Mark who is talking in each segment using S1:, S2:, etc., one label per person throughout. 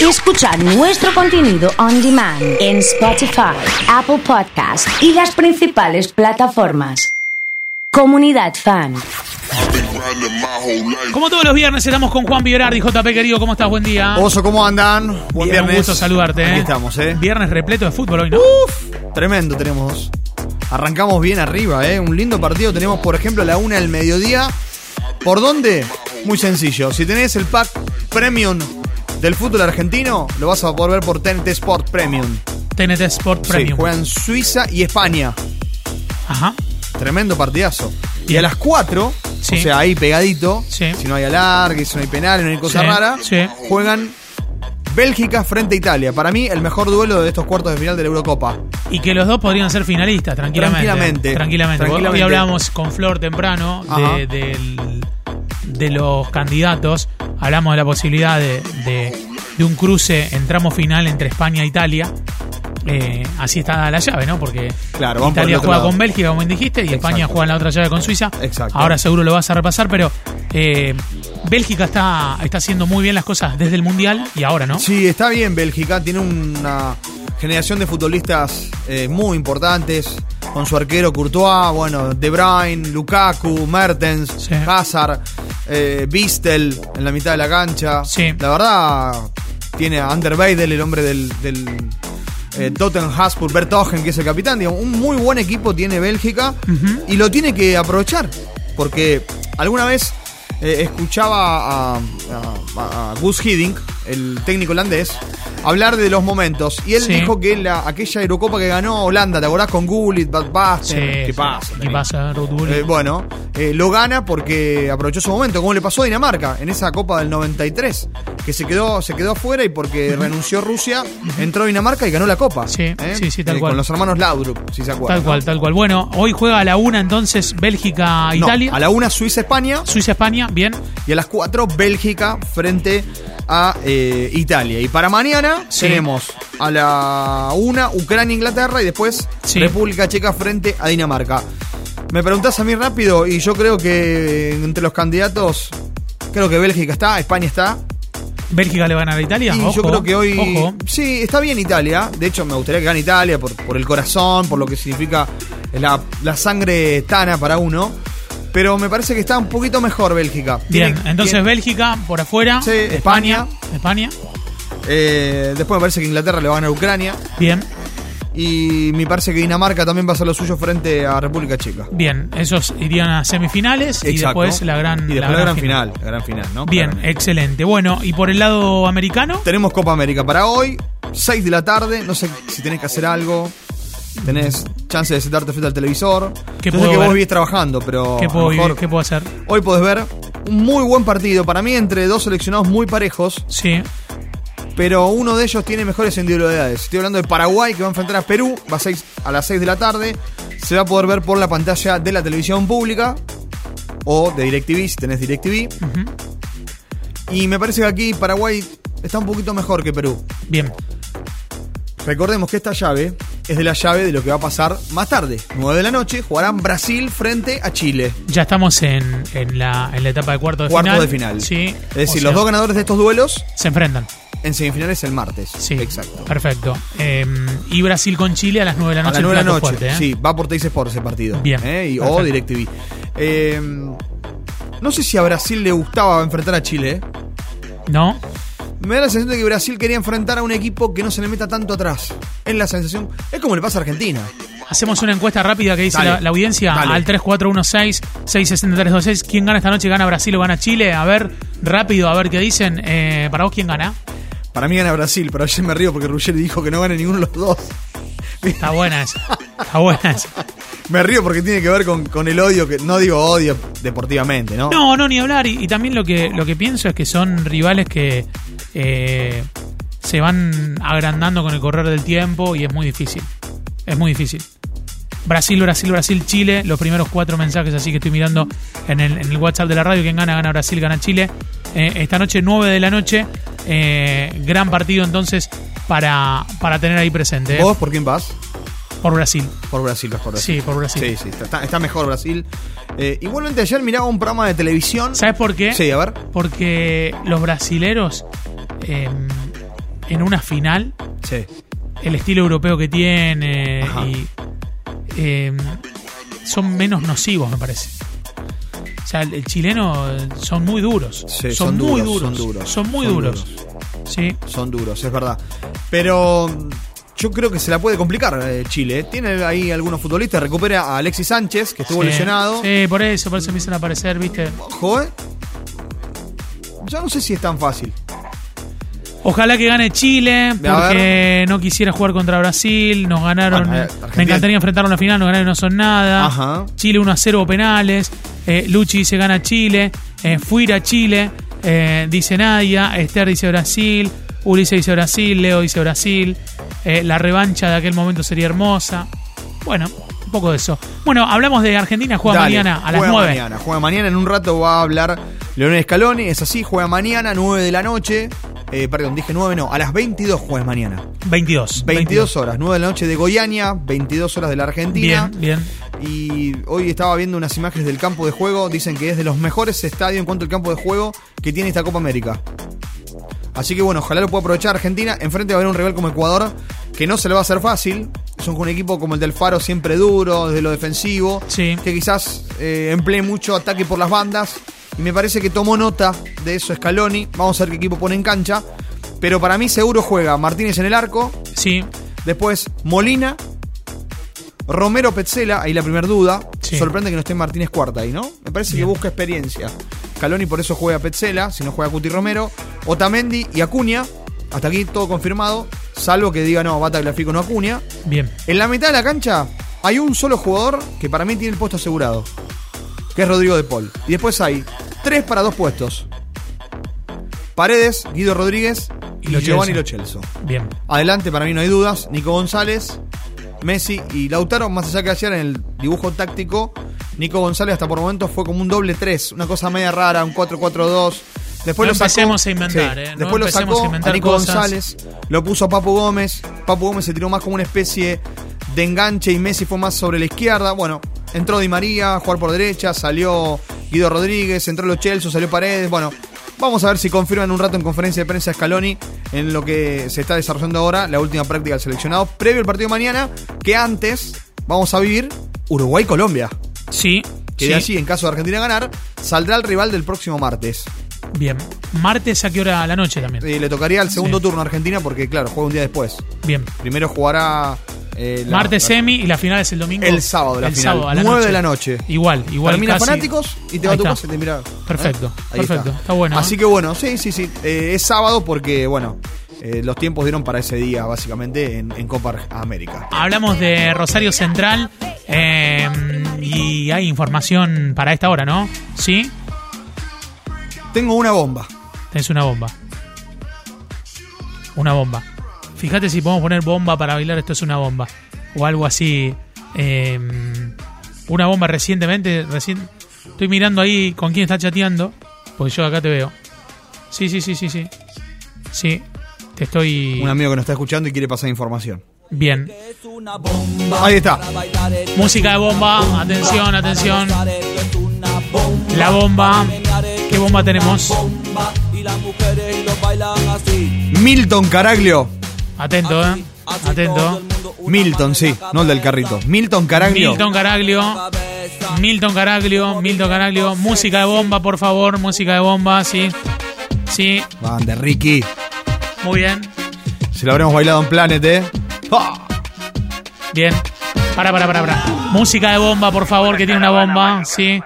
S1: y escuchar nuestro contenido on demand en Spotify, Apple Podcast y las principales plataformas. Comunidad Fan.
S2: Como todos los viernes, estamos con Juan Viverardi, JP querido, ¿cómo estás? Buen día.
S3: Oso, ¿cómo andan? Buen
S2: Bien, un
S3: viernes.
S2: gusto saludarte.
S3: Aquí
S2: eh.
S3: estamos, ¿eh?
S2: Viernes repleto de fútbol hoy, ¿no?
S3: Tremendo tenemos. Arrancamos bien arriba, ¿eh? Un lindo partido. Tenemos, por ejemplo, a la una del mediodía. ¿Por dónde? Muy sencillo. Si tenés el pack Premium del fútbol argentino, lo vas a poder ver por TNT Sport Premium.
S2: TNT Sport
S3: Sí,
S2: Premium.
S3: juegan Suiza y España.
S2: Ajá.
S3: Tremendo partidazo. Y
S2: Bien.
S3: a las 4,
S2: Sí.
S3: o sea, ahí pegadito,
S2: Sí.
S3: si no hay alargue, si no hay penales, no hay cosa
S2: Sí,
S3: rara,
S2: sí.
S3: juegan Bélgica frente a Italia. Para mí, el mejor duelo de estos cuartos de final de la Eurocopa.
S2: Y que los dos podrían ser finalistas, tranquilamente.
S3: Tranquilamente.
S2: Tranquilamente. Hoy- Hoy
S3: Tranquilamente.
S2: hablábamos con Flor temprano
S3: Ajá.
S2: de, del- de los candidatos. Hablamos de la posibilidad de, de- de un cruce en tramo final entre España e Italia. Eh, así está la llave, ¿no? Porque
S3: Claro, van por
S2: Italia
S3: el otro
S2: juega
S3: lado.
S2: con Bélgica, como bien dijiste, y España juega en la otra llave con Suiza.
S3: Exacto.
S2: Ahora seguro lo vas a repasar, pero eh, Bélgica está, está haciendo muy bien las cosas desde el Mundial y ahora, ¿no?
S3: Sí, está bien Bélgica, tiene una generación de futbolistas eh, muy importantes, con su arquero Courtois, bueno, De Bruyne, Lukaku, Mertens,
S2: Sí.
S3: Hazard, eh, Bistel en la mitad de la cancha.
S2: Sí.
S3: La verdad, tiene a Ander Weidel, el hombre del... del eh, Tottenham Hotspur, Bertogen, que es el capitán, digo, un muy buen equipo tiene Bélgica
S2: Ujú.
S3: y lo tiene que aprovechar, porque alguna vez eh, escuchaba a, a- a Gus Hiddink, el técnico holandés, hablar de los momentos. Y él
S2: Sí.
S3: dijo que la, aquella Eurocopa que ganó Holanda, ¿te acordás? Con Gullit, Van Basten, ¿qué pasa?
S2: ¿Qué pasa, Ruth Bull?
S3: Eh, bueno, eh, lo gana porque aprovechó su momento, como le pasó a Dinamarca en esa Copa del 93, que se quedó, se quedó afuera y porque renunció Rusia, entró Dinamarca y ganó la Copa.
S2: Sí, sí, sí, tal
S3: Eh,
S2: cual.
S3: Con los hermanos Laudrup, si se acuerdan.
S2: Tal cual, tal cual. Bueno, hoy juega a la una entonces
S3: No,
S2: Bélgica-Italia,
S3: a la una Suiza-España
S2: Suiza-España, bien.
S3: y a las 4 Bélgica frente a eh, Italia. Y para mañana
S2: Sí.
S3: tenemos a la 1 Ucrania-Inglaterra y después
S2: Sí.
S3: República Checa frente a Dinamarca. Me preguntás a mí rápido y yo creo que entre los candidatos, creo que Bélgica está, España está.
S2: Bélgica le va a ganar a Italia.
S3: Y
S2: ojo,
S3: yo creo que hoy...
S2: Ojo.
S3: Sí, está bien Italia. De hecho, me gustaría que gane Italia por, por el corazón, por lo que significa la, la sangre tana para uno. Pero me parece que está un poquito mejor Bélgica. Tiene-
S2: Bien, entonces
S3: tiene-
S2: Bélgica por afuera.
S3: Sí,
S2: España. España.
S3: Eh, después me parece que Inglaterra le va a ganar a Ucrania.
S2: Bien,
S3: Y me parece que Dinamarca también va a hacer lo suyo frente a República Checa.
S2: bien. Esos irían a semifinales y
S3: Exacto.
S2: después la gran,
S3: Y después la, gran final. La gran final, ¿no?
S2: Bien, eh.
S3: Claramente.
S2: excelente. Bueno, y por el lado americano,
S3: Tenemos Copa América para hoy, 6 de la tarde. No sé si tenés que hacer algo. Tenés chance de sentarte frente al televisor.
S2: ¿Qué
S3: Yo sé
S2: puedo
S3: que
S2: ver?
S3: vos vivís trabajando, pero.
S2: ¿qué
S3: a
S2: puedo,
S3: lo mejor
S2: ¿qué puedo hacer?
S3: Hoy podés ver un muy buen partido. Para mí, entre dos seleccionados muy parejos.
S2: Sí,
S3: pero uno de ellos tiene mejores individualidades. Estoy hablando de Paraguay, que va a enfrentar a Perú, va a, seis- a las 6 de la tarde. Se va a poder ver por la pantalla de la televisión pública o de DirecTV, si tenés DirecTV. Y me parece que aquí Paraguay está un poquito mejor que Perú.
S2: bien.
S3: Recordemos que esta llave es de la llave de lo que va a pasar más tarde. 9 de la noche jugarán Brasil frente a Chile.
S2: Ya estamos en, en la, en la etapa de cuarto de
S3: Cuarto
S2: final.
S3: de final.
S2: Sí.
S3: Es
S2: o
S3: decir,
S2: sea,
S3: los dos ganadores de estos duelos
S2: se enfrentan.
S3: en semifinales el martes.
S2: Sí,
S3: Exacto.
S2: Perfecto. Eh, y Brasil con Chile a las 9 de la
S3: A
S2: noche.
S3: las 9 de la
S2: plato
S3: noche.
S2: fuerte, ¿eh?
S3: Sí, va por Teis Sport ese partido.
S2: Bien,
S3: ¿eh? Y- o
S2: perfecto.
S3: DirecTV. Eh, no sé si a Brasil le gustaba enfrentar a Chile. ¿eh?
S2: ¿No?
S3: Me da la sensación de que Brasil quería enfrentar a un equipo que no se le meta tanto atrás. Es la sensación. Es como le pasa a Argentina.
S2: Hacemos una encuesta rápida que dice
S3: Dale,
S2: la, la audiencia
S3: dale.
S2: al 3416-66326. ¿Quién gana esta noche? ¿Gana Brasil o gana Chile? A ver, rápido, a ver qué dicen. Eh, ¿Para vos quién gana?
S3: Para mí gana Brasil, pero ayer me río porque Ruggeri dijo que no gane ninguno de los dos.
S2: Está buena esa. Está buena esa.
S3: Me río porque tiene que ver con, con el odio, que no digo odio deportivamente, ¿no?
S2: No, no, ni hablar. Y, y también lo que, lo que pienso es que son rivales que eh, se van agrandando con el correr del tiempo y es muy difícil. Es muy difícil. Brasil, Brasil, Brasil, Chile. Los primeros cuatro mensajes así que estoy mirando en el, en el WhatsApp de la radio. Quien gana, gana Brasil, gana Chile. Eh, esta noche, 9 de la noche. eh, gran partido entonces para, para tener ahí presente. ¿eh?
S3: ¿Vos por quién vas?
S2: Por Brasil.
S3: Por Brasil, vas por Brasil.
S2: Sí, por Brasil.
S3: Sí, sí, está, está mejor Brasil. Eh, igualmente ayer miraba un programa de televisión.
S2: ¿Sabes por qué?
S3: Sí, a ver.
S2: Porque los brasileros eh, en una final,
S3: Sí.
S2: el estilo europeo que tiene
S3: Ajá.
S2: y eh, son menos nocivos, me parece. O sea, el, el chileno eh, son muy duros.
S3: Sí,
S2: son,
S3: son
S2: muy
S3: duros,
S2: duros,
S3: son duros,
S2: Son muy
S3: son
S2: duros. Sí.
S3: Son duros, es verdad. Pero mm, yo creo que se la puede complicar eh, Chile. Tiene ahí algunos futbolistas. Recupera a Alexis Sánchez, que estuvo
S2: Sí.
S3: lesionado.
S2: Sí, por eso, por eso empiezan a aparecer, ¿viste?
S3: Ojo, eh. Ya no sé si es tan fácil.
S2: Ojalá que gane Chile,
S3: A
S2: porque no quisiera jugar contra Brasil, nos ganaron,
S3: Bueno, eh,
S2: me
S3: Argentina-
S2: encantaría enfrentarlo en la final, nos ganaron y no son nada.
S3: Ajá.
S2: Chile 1 a 0 penales, eh, Luchi dice gana Chile, eh, Fuira Chile, eh, dice Nadia, Esther dice Brasil, Ulises dice Brasil, Leo dice Brasil, eh, la revancha de aquel momento sería hermosa. Bueno, un poco de eso. Bueno, hablamos de Argentina, juega
S3: Dale,
S2: mañana a las
S3: juega
S2: 9.
S3: Mañana, juega mañana, en un rato va a hablar Leonel Scaloni, es así, juega mañana, 9 de la noche. Eh, perdón, dije 9, no, a las 22 juegas mañana.
S2: 22.
S3: 22 horas, 9 de la noche de Goiania, 22 horas de la Argentina.
S2: Bien, bien.
S3: Y hoy estaba viendo unas imágenes del campo de juego, dicen que es de los mejores estadios en cuanto al campo de juego que tiene esta Copa América. Así que bueno, ojalá lo pueda aprovechar Argentina. Enfrente va a haber un rival como Ecuador, que no se le va a hacer fácil. Es un equipo como el del Faro, siempre duro, desde lo defensivo.
S2: Sí.
S3: Que quizás eh, emplee mucho ataque por las bandas. Y me parece que tomó nota de eso Scaloni. Vamos a ver qué equipo pone en cancha. Pero para mí seguro juega Martínez en el arco.
S2: Sí,
S3: Después Molina. Romero Petzela, ahí la primera duda.
S2: Sí.
S3: Sorprende que no esté Martínez cuarta ahí, ¿no? Me parece
S2: Bien.
S3: que busca experiencia. Caloni por eso juega Petzela, si no juega Cuti Romero. Otamendi y Acuña. Hasta aquí todo confirmado. Salvo que diga no, Bata Grafico no Acuña.
S2: bien.
S3: En la mitad de la cancha hay un solo jugador que para mí tiene el puesto asegurado. Que es Rodrigo de Paul. Y después hay tres para dos puestos. Paredes, Guido Rodríguez
S2: Y
S3: y,
S2: Lo
S3: Giovanni Lo
S2: Celso.
S3: Celso.
S2: Bien.
S3: Adelante, para mí no hay dudas. Nico González, Messi y Lautaro, más allá que ayer en el dibujo táctico, Nico González hasta por momentos fue como un doble 3, una cosa media rara, un 4-4-2. Después
S2: No
S3: lo sacó,
S2: empecemos a inventar, eh. No
S3: Después lo
S2: empecemos
S3: sacó
S2: a
S3: a,
S2: inventar
S3: Nico
S2: cosas.
S3: González, lo puso a Papu Gómez. Papu Gómez se tiró más como una especie de enganche y Messi fue más sobre la izquierda. Bueno, entró Di María a jugar por derecha, salió Guido Rodríguez, entró Lo Chelsea, salió Paredes. Bueno, vamos a ver si confirman un rato en conferencia de prensa Scaloni en lo que se está desarrollando ahora, la última práctica del seleccionado, previo al partido de mañana, que antes vamos a vivir Uruguay-Colombia.
S2: Sí.
S3: Que
S2: sí.
S3: de allí, en caso de Argentina ganar, saldrá el rival del próximo martes.
S2: Bien. Martes a qué hora a la noche también.
S3: Eh, le tocaría el segundo
S2: Sí.
S3: turno a Argentina porque, claro, juega un día después.
S2: Bien.
S3: Primero jugará. eh, la-
S2: Martes
S3: la-
S2: semi y la final es el domingo.
S3: El sábado la
S2: El
S3: final,
S2: sábado a la
S3: 9
S2: noche.
S3: de la noche.
S2: Igual, igual.
S3: Termina
S2: casi.
S3: fanáticos y te
S2: Ahí
S3: va a tu
S2: está.
S3: casa y te mira.
S2: Perfecto,
S3: ¿eh? Ahí
S2: perfecto. Está bueno,
S3: Así
S2: ¿eh?
S3: que bueno, sí, sí, sí. Eh, es sábado porque, bueno, eh, los tiempos dieron para ese día, básicamente, en, en Copa Ar- América.
S2: Hablamos de Rosario Central eh, y hay información para esta hora, ¿no? Sí,
S3: Tengo una bomba.
S2: tenés una bomba. Una bomba. Fíjate si podemos poner bomba para bailar, esto es una bomba. O algo así. eh, una bomba recientemente, recién... Estoy mirando ahí con quién está chateando, porque yo acá te veo. Sí, sí, sí, sí, sí. Sí, te estoy...
S3: Un amigo que nos está escuchando y quiere pasar información.
S2: Bien.
S4: Es una bomba.
S3: Ahí está.
S4: para bailar, esto es
S2: Música de
S4: una
S2: bomba,
S4: bomba,
S2: atención,
S4: para
S2: atención.
S4: gozar, esto es una bomba,
S2: La bomba.
S4: para menear, esto
S2: ¿Qué
S4: es
S2: bomba
S4: una
S2: tenemos?
S4: bomba, y las mujeres lo bailan así.
S3: Milton Caraglio.
S2: Atento,
S4: así,
S2: ¿eh?
S4: así todo
S2: Atento.
S4: el mundo, una
S3: Milton,
S4: mano en
S3: sí,
S4: la
S3: no el del
S4: cabeza,
S3: carrito. Milton Caraglio.
S2: Milton Caraglio.
S4: cabeza.
S2: Milton Caraglio, Milton Caraglio. Música de bomba, por favor. Música de bomba, sí. Sí,
S3: Van de Ricky.
S2: muy bien.
S3: Se lo habremos bailado en Planet, ¿eh? ¡Ah!
S2: Bien. Para, para, para, para. Música de bomba, por favor, que tiene una bomba. Sí.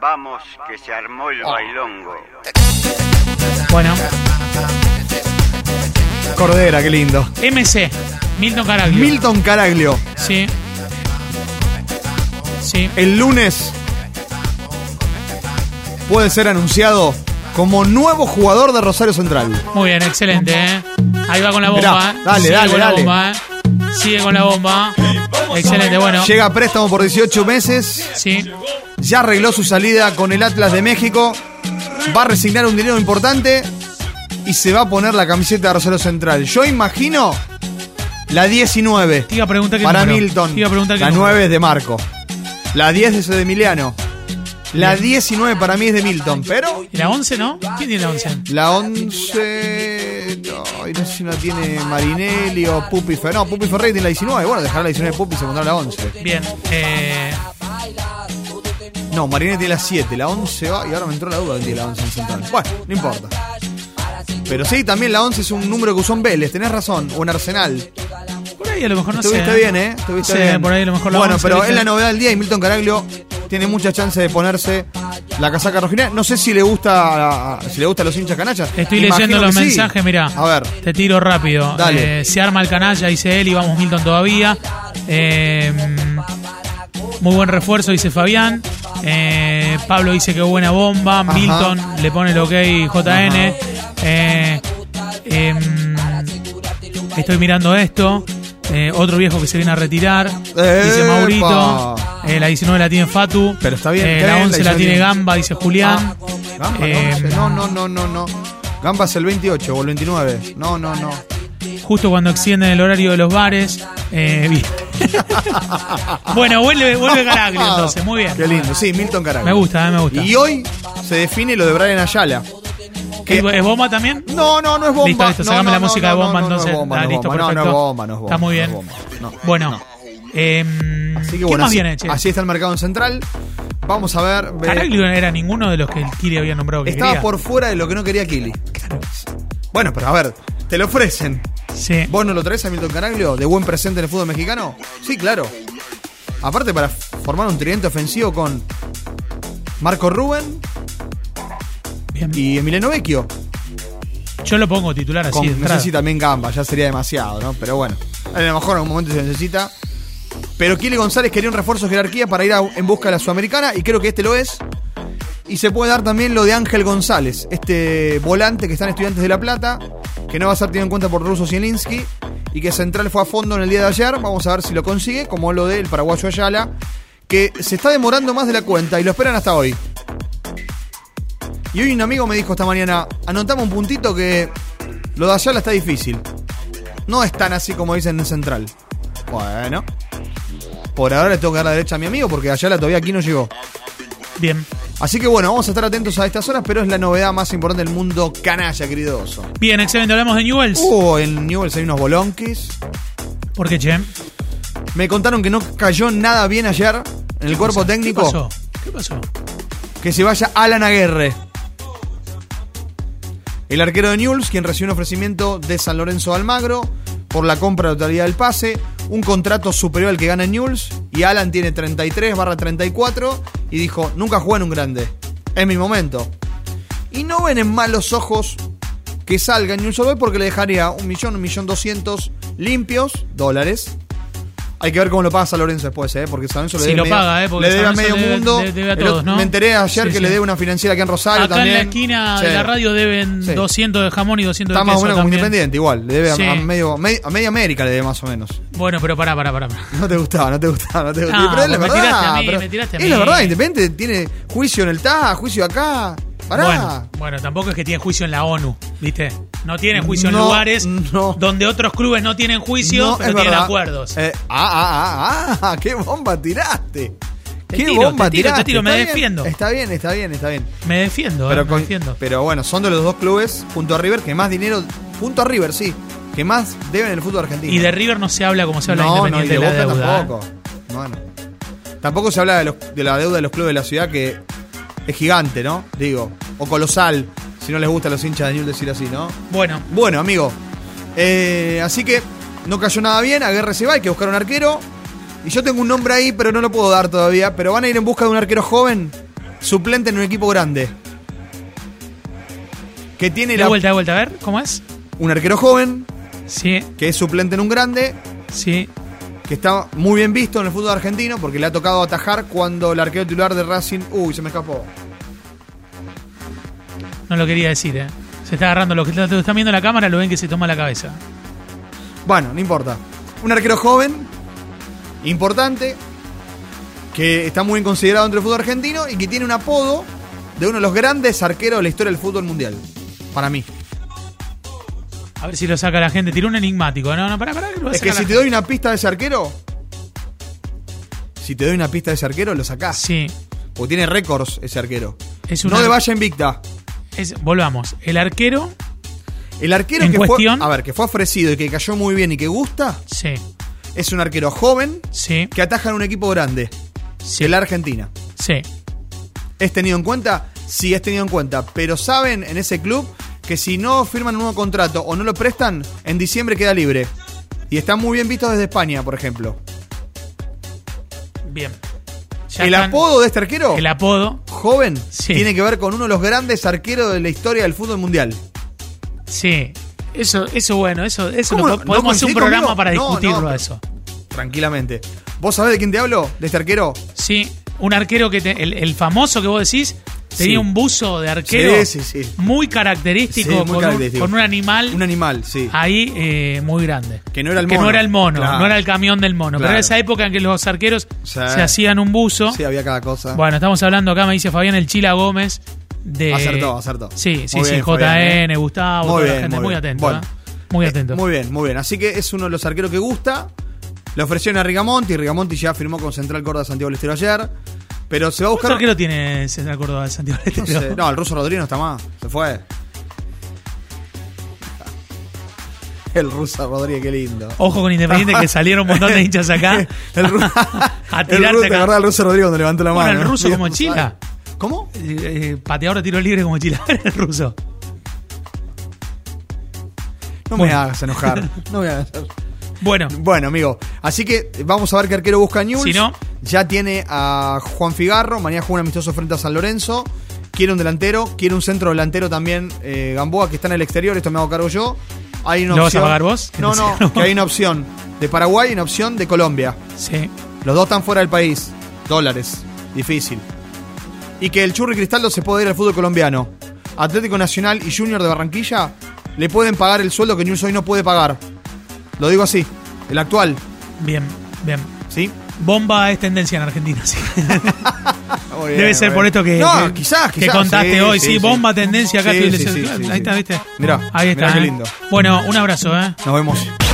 S5: Vamos, que se armó el bailongo.
S2: Bueno.
S3: Cordera, qué lindo.
S2: MC. Milton Caraglio.
S3: Milton Caraglio.
S2: Sí. Sí.
S3: el lunes puede ser anunciado como nuevo jugador de Rosario Central.
S2: Muy bien, excelente, ¿eh? Ahí va con la bomba.
S3: Mirá,
S2: ¿eh?
S3: dale,
S2: Sigue
S3: dale,
S2: con la
S3: dale.
S2: bomba, ¿eh? Sigue con la bomba. Excelente, bueno.
S3: Llega a préstamo por 18 meses,
S2: Sí.
S3: ya arregló su salida con el Atlas de México, va a resignar un dinero importante y se va a poner la camiseta de Rosario Central. Yo imagino la 19
S2: Te iba a preguntar qué
S3: para
S2: número.
S3: Milton,
S2: Te iba a preguntar qué
S3: la
S2: número.
S3: 9 es de Marco, la 10 es de Emiliano, la 19 para mí es de Milton, pero
S2: ¿Y ¿La 11 no? ¿Quién tiene la 11?
S3: La 11. eh, ay, no sé si no tiene Marinelli o Pupi Ferreira. No, Pupi Ferreira tiene la 19. Bueno, dejará la 19 de Pupi y se pondrá la 11.
S2: Bien. eh,
S3: No, Marinelli tiene la 7. La 11 va. Y ahora me entró la duda de la 11 en Central. Bueno, no importa. Pero sí, también la 11 es un número que usó en Vélez. Tenés razón. O en Arsenal.
S2: por ahí a lo mejor no
S3: Estuviste
S2: sé.
S3: bien, ¿eh? Estuviste
S2: Sí,
S3: bien.
S2: por ahí a lo mejor la
S3: Bueno,
S2: 11,
S3: pero
S2: ¿viste?
S3: es la novedad del día y Milton Caraglio tiene mucha chance de ponerse la casaca rojinera. No sé si le gusta a- si le gusta a los hinchas canachas.
S2: Estoy
S3: Imagino
S2: leyendo los
S3: que sí.
S2: mensajes, mirá.
S3: A ver.
S2: Te tiro rápido.
S3: Dale.
S2: Eh, se arma el canalla, dice él, y vamos Milton todavía. Eh, muy buen refuerzo, dice Fabián. Eh, Pablo dice que buena bomba. Milton le pone el ok JN. Eh, em, estoy mirando esto. Eh, otro viejo que se viene a retirar. Dice
S3: ¡Epa!
S2: Maurito. Eh, la 19 la tiene Fatu.
S3: Pero está bien,
S2: Eh,
S3: está
S2: la
S3: bien, Ah.
S2: 11 la,
S3: la
S2: tiene
S3: 19.
S2: Gamba, dice Julián.
S3: Gamba, no,
S2: Eh,
S3: no, no, no, no, no. Gamba es el 28 o el 29. No, no, no.
S2: justo cuando extienden el horario de los bares. Eh, bien. bueno, vuelve, vuelve Caraglio entonces, muy bien.
S3: Qué lindo. Sí, Milton Caraglio.
S2: Me gusta, eh, me gusta.
S3: Y hoy se define lo de Brian Ayala.
S2: ¿Es, es bomba también?
S3: No, no, no es bomba.
S2: Listo, listo,
S3: No,
S2: sacame
S3: no,
S2: la
S3: no,
S2: música
S3: no,
S2: de bomba
S3: no, no, no es
S2: entonces.
S3: bomba,
S2: Ah,
S3: no es
S2: listo,
S3: bomba. No,
S2: perfecto.
S3: no es bomba, no es bomba.
S2: Está muy bien.
S3: no es bomba, no.
S2: Bueno. em,
S3: Así que
S2: ¿Quién
S3: bueno,
S2: más
S3: así,
S2: viene, che?
S3: así está el mercado en central. Vamos a ver. ve-
S2: Caraglio no era ninguno de los que el Kiri había nombrado que
S3: estaba
S2: quería.
S3: por fuera de lo que no quería Kili. Bueno, pero a ver, te lo ofrecen.
S2: Sí.
S3: ¿Vos no lo traes a Milton Canaglio de buen presente en el fútbol mexicano? Sí, claro. Aparte para formar un tridente ofensivo con Marco Rubén
S2: Bien.
S3: y Emiliano Vecchio.
S2: Yo lo pongo titular así.
S3: Con-
S2: de
S3: no sé
S2: entrada.
S3: si también Gamba, ya sería demasiado, ¿no? Pero bueno, a lo mejor en algún momento se necesita. Pero Kili González quería un refuerzo de jerarquía para ir a- en busca de la Sudamericana y creo que este lo es. Y se puede dar también lo de Ángel González, este volante que está en Estudiantes de La Plata, que no va a ser tenido en cuenta por Russo Zielinski y que Central fue a fondo en el día de ayer. Vamos a ver si lo consigue, como lo del paraguayo Ayala, que se está demorando más de la cuenta y lo esperan hasta hoy. Y hoy un amigo me dijo esta mañana, anotame un puntito que lo de Ayala está difícil. No es tan así como dicen en Central. Bueno. Por ahora le tengo que dar la derecha a mi amigo porque Ayala todavía aquí no llegó.
S2: Bien.
S3: Así que bueno, vamos a estar atentos a estas horas, pero es la novedad más importante del mundo canalla, querido oso.
S2: Bien, excelente. Hablamos de Newells.
S3: Uh, en Newell's hay unos bolonquis.
S2: ¿Por qué, Che?
S3: Me contaron que no cayó nada bien ayer en el cuerpo
S2: ¿Qué
S3: técnico.
S2: pasó? ¿Qué pasó?
S3: que se vaya Alan Aguerre. El arquero de Newell's, quien recibió un ofrecimiento de San Lorenzo de Almagro por la compra de totalidad del pase, un contrato superior al que gana Newell's, y Alan tiene 33 barra 34 y dijo, nunca jugué en un grande, es mi momento. Y no ven en malos ojos que salga Newell's Old Boys porque le dejaría un millón, un millón doscientos limpios, dólares. Hay que ver cómo lo paga San Lorenzo después, ¿eh? porque San Lorenzo le
S2: Si
S3: debe
S2: lo
S3: medio-
S2: paga, ¿eh? Porque
S3: le debe
S2: San
S3: a medio
S2: Lorenzo debe-
S3: mundo.
S2: debe- debe a
S3: El otro-
S2: todos, ¿no?
S3: Me enteré ayer
S2: Sí,
S3: que
S2: sí.
S3: le debe una financiera aquí en Rosario
S2: Acá
S3: también.
S2: en la esquina
S3: Sí.
S2: de la radio deben
S3: Sí.
S2: 200 de jamón y 200
S3: Está
S2: de
S3: más
S2: queso
S3: o menos como
S2: también.
S3: independiente, igual. Le debe a-
S2: Sí.
S3: a, medio, me- a media América, le debe más o menos.
S2: Bueno, pero pará, pará, pará. pará.
S3: No te gustaba, no te gustaba, no te gustaba.
S2: No,
S3: pero es la
S2: vos me
S3: verdad.
S2: tiraste a mí,
S3: pero
S2: me tiraste a
S3: Es la
S2: mí.
S3: verdad, independiente. Tiene juicio en el TA, juicio acá. Pará.
S2: Bueno, bueno, tampoco es que tiene juicio en la ONU, ¿viste? No tiene juicio en
S3: No,
S2: lugares
S3: no.
S2: donde otros clubes no tienen juicio,
S3: No,
S2: pero
S3: es
S2: tienen
S3: verdad.
S2: acuerdos.
S3: Eh, ah, ah, ah, ah, qué bomba tiraste.
S2: Te
S3: qué
S2: tiro,
S3: bomba
S2: te tiro, te
S3: tiraste.
S2: tiro, me
S3: Está bien,
S2: defiendo.
S3: Está bien, está bien, está bien.
S2: me defiendo, eh,
S3: Pero,
S2: me
S3: con-
S2: defiendo.
S3: pero bueno, son de los dos clubes, junto a River, que más dinero, junto a River, sí, que más deben en el fútbol argentino.
S2: Y de River no se habla como se habla
S3: no, no, y
S2: independiente
S3: de
S2: de la
S3: Boca
S2: deuda. ¿eh?
S3: tampoco. No, no. Tampoco se habla de, los- de la deuda de los clubes de la ciudad que es gigante, ¿no? Digo, o colosal, si no les gusta a los hinchas de Newell's decir así, ¿no?
S2: Bueno,
S3: Bueno, amigo, eh, así que no cayó nada bien, Aguerre se va, hay que buscar un arquero. Y yo tengo un nombre ahí, pero no lo puedo dar todavía, pero van a ir en busca de un arquero joven, suplente en un equipo grande. Que tiene
S2: de
S3: la,
S2: vuelta, de vuelta, a ver, ¿cómo es?
S3: un arquero joven,
S2: Sí,
S3: que es suplente en un grande,
S2: sí.
S3: que está muy bien visto en el fútbol argentino porque le ha tocado atajar cuando el arquero titular de Racing. Uy, se me escapó.
S2: No lo quería decir, ¿eh? Se está agarrando. Lo que lo están viendo en la cámara lo ven que se toma la cabeza.
S3: Bueno, no importa. Un arquero joven, importante, que está muy bien considerado entre el fútbol argentino y que tiene un apodo de uno de los grandes arqueros de la historia del fútbol mundial. Para mí.
S2: A ver si lo saca la gente. Tiró un enigmático. No, no, pará, pará. que lo va a
S3: Es que
S2: sacar la
S3: si te doy una pista de ese arquero. Si te doy una pista de ese arquero, lo
S2: gente.
S3: sacás.
S2: Sí.
S3: Porque tiene récords ese arquero.
S2: Es un
S3: No le
S2: ar-
S3: vaya invicta.
S2: es- volvamos. El arquero
S3: El arquero
S2: En
S3: que
S2: cuestión-
S3: fue. A ver, que fue ofrecido y que cayó muy bien y que gusta,
S2: Sí,
S3: es un arquero joven
S2: sí,
S3: que ataja en un equipo grande,
S2: sí,
S3: que la Argentina.
S2: sí.
S3: ¿Es tenido en cuenta? Sí, es tenido en cuenta. Pero saben en ese club que si no firman un nuevo contrato o no lo prestan, en diciembre queda libre. Y está muy bien visto desde España, por ejemplo.
S2: Bien. Ya
S3: El
S2: están-
S3: apodo de este arquero,
S2: El apodo,
S3: joven,
S2: Sí.
S3: tiene que ver con uno de los grandes arqueros de la historia del fútbol mundial.
S2: sí. Eso, eso bueno, eso, eso
S3: ¿Cómo
S2: lo-
S3: no- no
S2: podemos hacer un
S3: coincidís
S2: programa
S3: conmigo?
S2: para
S3: No, no,
S2: discutirlo
S3: pero-
S2: eso.
S3: Tranquilamente. ¿Vos sabés de quién te hablo? ¿De este arquero?
S2: Sí, un arquero que te- el, el famoso que vos decís tenía
S3: Sí.
S2: un buzo de arquero
S3: Sí, sí, sí.
S2: muy característico,
S3: Sí, muy
S2: con, un-
S3: característico.
S2: con Un, animal
S3: Un animal, sí.
S2: ahí eh, muy grande.
S3: Que no era el
S2: Que
S3: mono.
S2: no era el mono,
S3: Claro.
S2: no era el camión del mono. Pero
S3: Claro.
S2: era esa época en que los arqueros
S3: Sí.
S2: se hacían un buzo.
S3: Sí, había cada cosa.
S2: Bueno, estamos hablando acá, me dice Fabián el Chila Gómez. De...
S3: Acertó, acertó.
S2: Sí, sí,
S3: Muy
S2: sí,
S3: bien,
S2: JN,
S3: Fabián, ¿eh?
S2: Gustavo,
S3: Muy
S2: toda la
S3: bien,
S2: gente
S3: muy
S2: muy,
S3: bien.
S2: atento.
S3: Bueno.
S2: ¿eh? Muy atento.
S3: Muy bien, muy bien. Así que es uno de los arqueros que gusta. Le ofrecieron a Rigamonti. Rigamonti ya firmó con Central Córdoba de Santiago del Estero ayer. Pero se va a
S2: ¿Cuántos
S3: buscar.
S2: arqueros tiene Central Córdoba de Santiago del
S3: No,
S2: Estero?
S3: sé. No, el ruso Rodríguez no está más. Se fue. El ruso Rodríguez, qué lindo.
S2: Ojo con Independiente que salieron un montón de hinchas acá. Eh,
S3: El, ru-
S2: a
S3: el ruso,
S2: tirarte
S3: ¿te acordás
S2: acá.
S3: del ruso Rodríguez cuando levantó la
S2: Bueno,
S3: mano?
S2: el ruso
S3: Bien,
S2: como
S3: ¿sabes?
S2: Chila.
S3: ¿Cómo?
S2: Eh, eh, pateador de tiro libre como Chila. el ruso.
S3: No me
S2: Bueno.
S3: hagas enojar. No me hagas enojar.
S2: Bueno,
S3: Bueno, amigo, así que vamos a ver qué arquero busca Newell's.
S2: Si no-
S3: Ya tiene a Juan Figarro, mañana juega un amistoso frente a San Lorenzo. Quiere un delantero, quiere un centro delantero también, eh, Gamboa, que está en el exterior, esto me hago cargo yo. Hay una
S2: ¿Lo vas
S3: opción.
S2: a pagar vos?
S3: No, no, que hay una opción de Paraguay y una opción de Colombia.
S2: sí.
S3: Los dos están fuera del país. Dólares. Difícil. Y que el Churri Cristaldo se puede ir al fútbol colombiano. Atlético Nacional y Junior de Barranquilla le pueden pagar el sueldo que News hoy no puede pagar. Lo digo así. El actual.
S2: Bien, bien.
S3: ¿Sí?
S2: Bomba es tendencia en Argentina, sí.
S3: Muy bien,
S2: Debe ser
S3: muy
S2: por
S3: bien.
S2: esto que,
S3: No,
S2: que-
S3: quizás,
S2: que
S3: quizás.
S2: contaste hoy. Sí, bomba tendencia acá.
S3: Sí,
S2: tú
S3: sí,
S2: dices,
S3: sí,
S2: claro,
S3: sí,
S2: ahí
S3: sí.
S2: está, ¿viste?
S3: Mirá,
S2: ahí está.
S3: mirá qué
S2: ¿eh?
S3: lindo.
S2: Bueno, un abrazo, ¿eh?
S3: Nos vemos.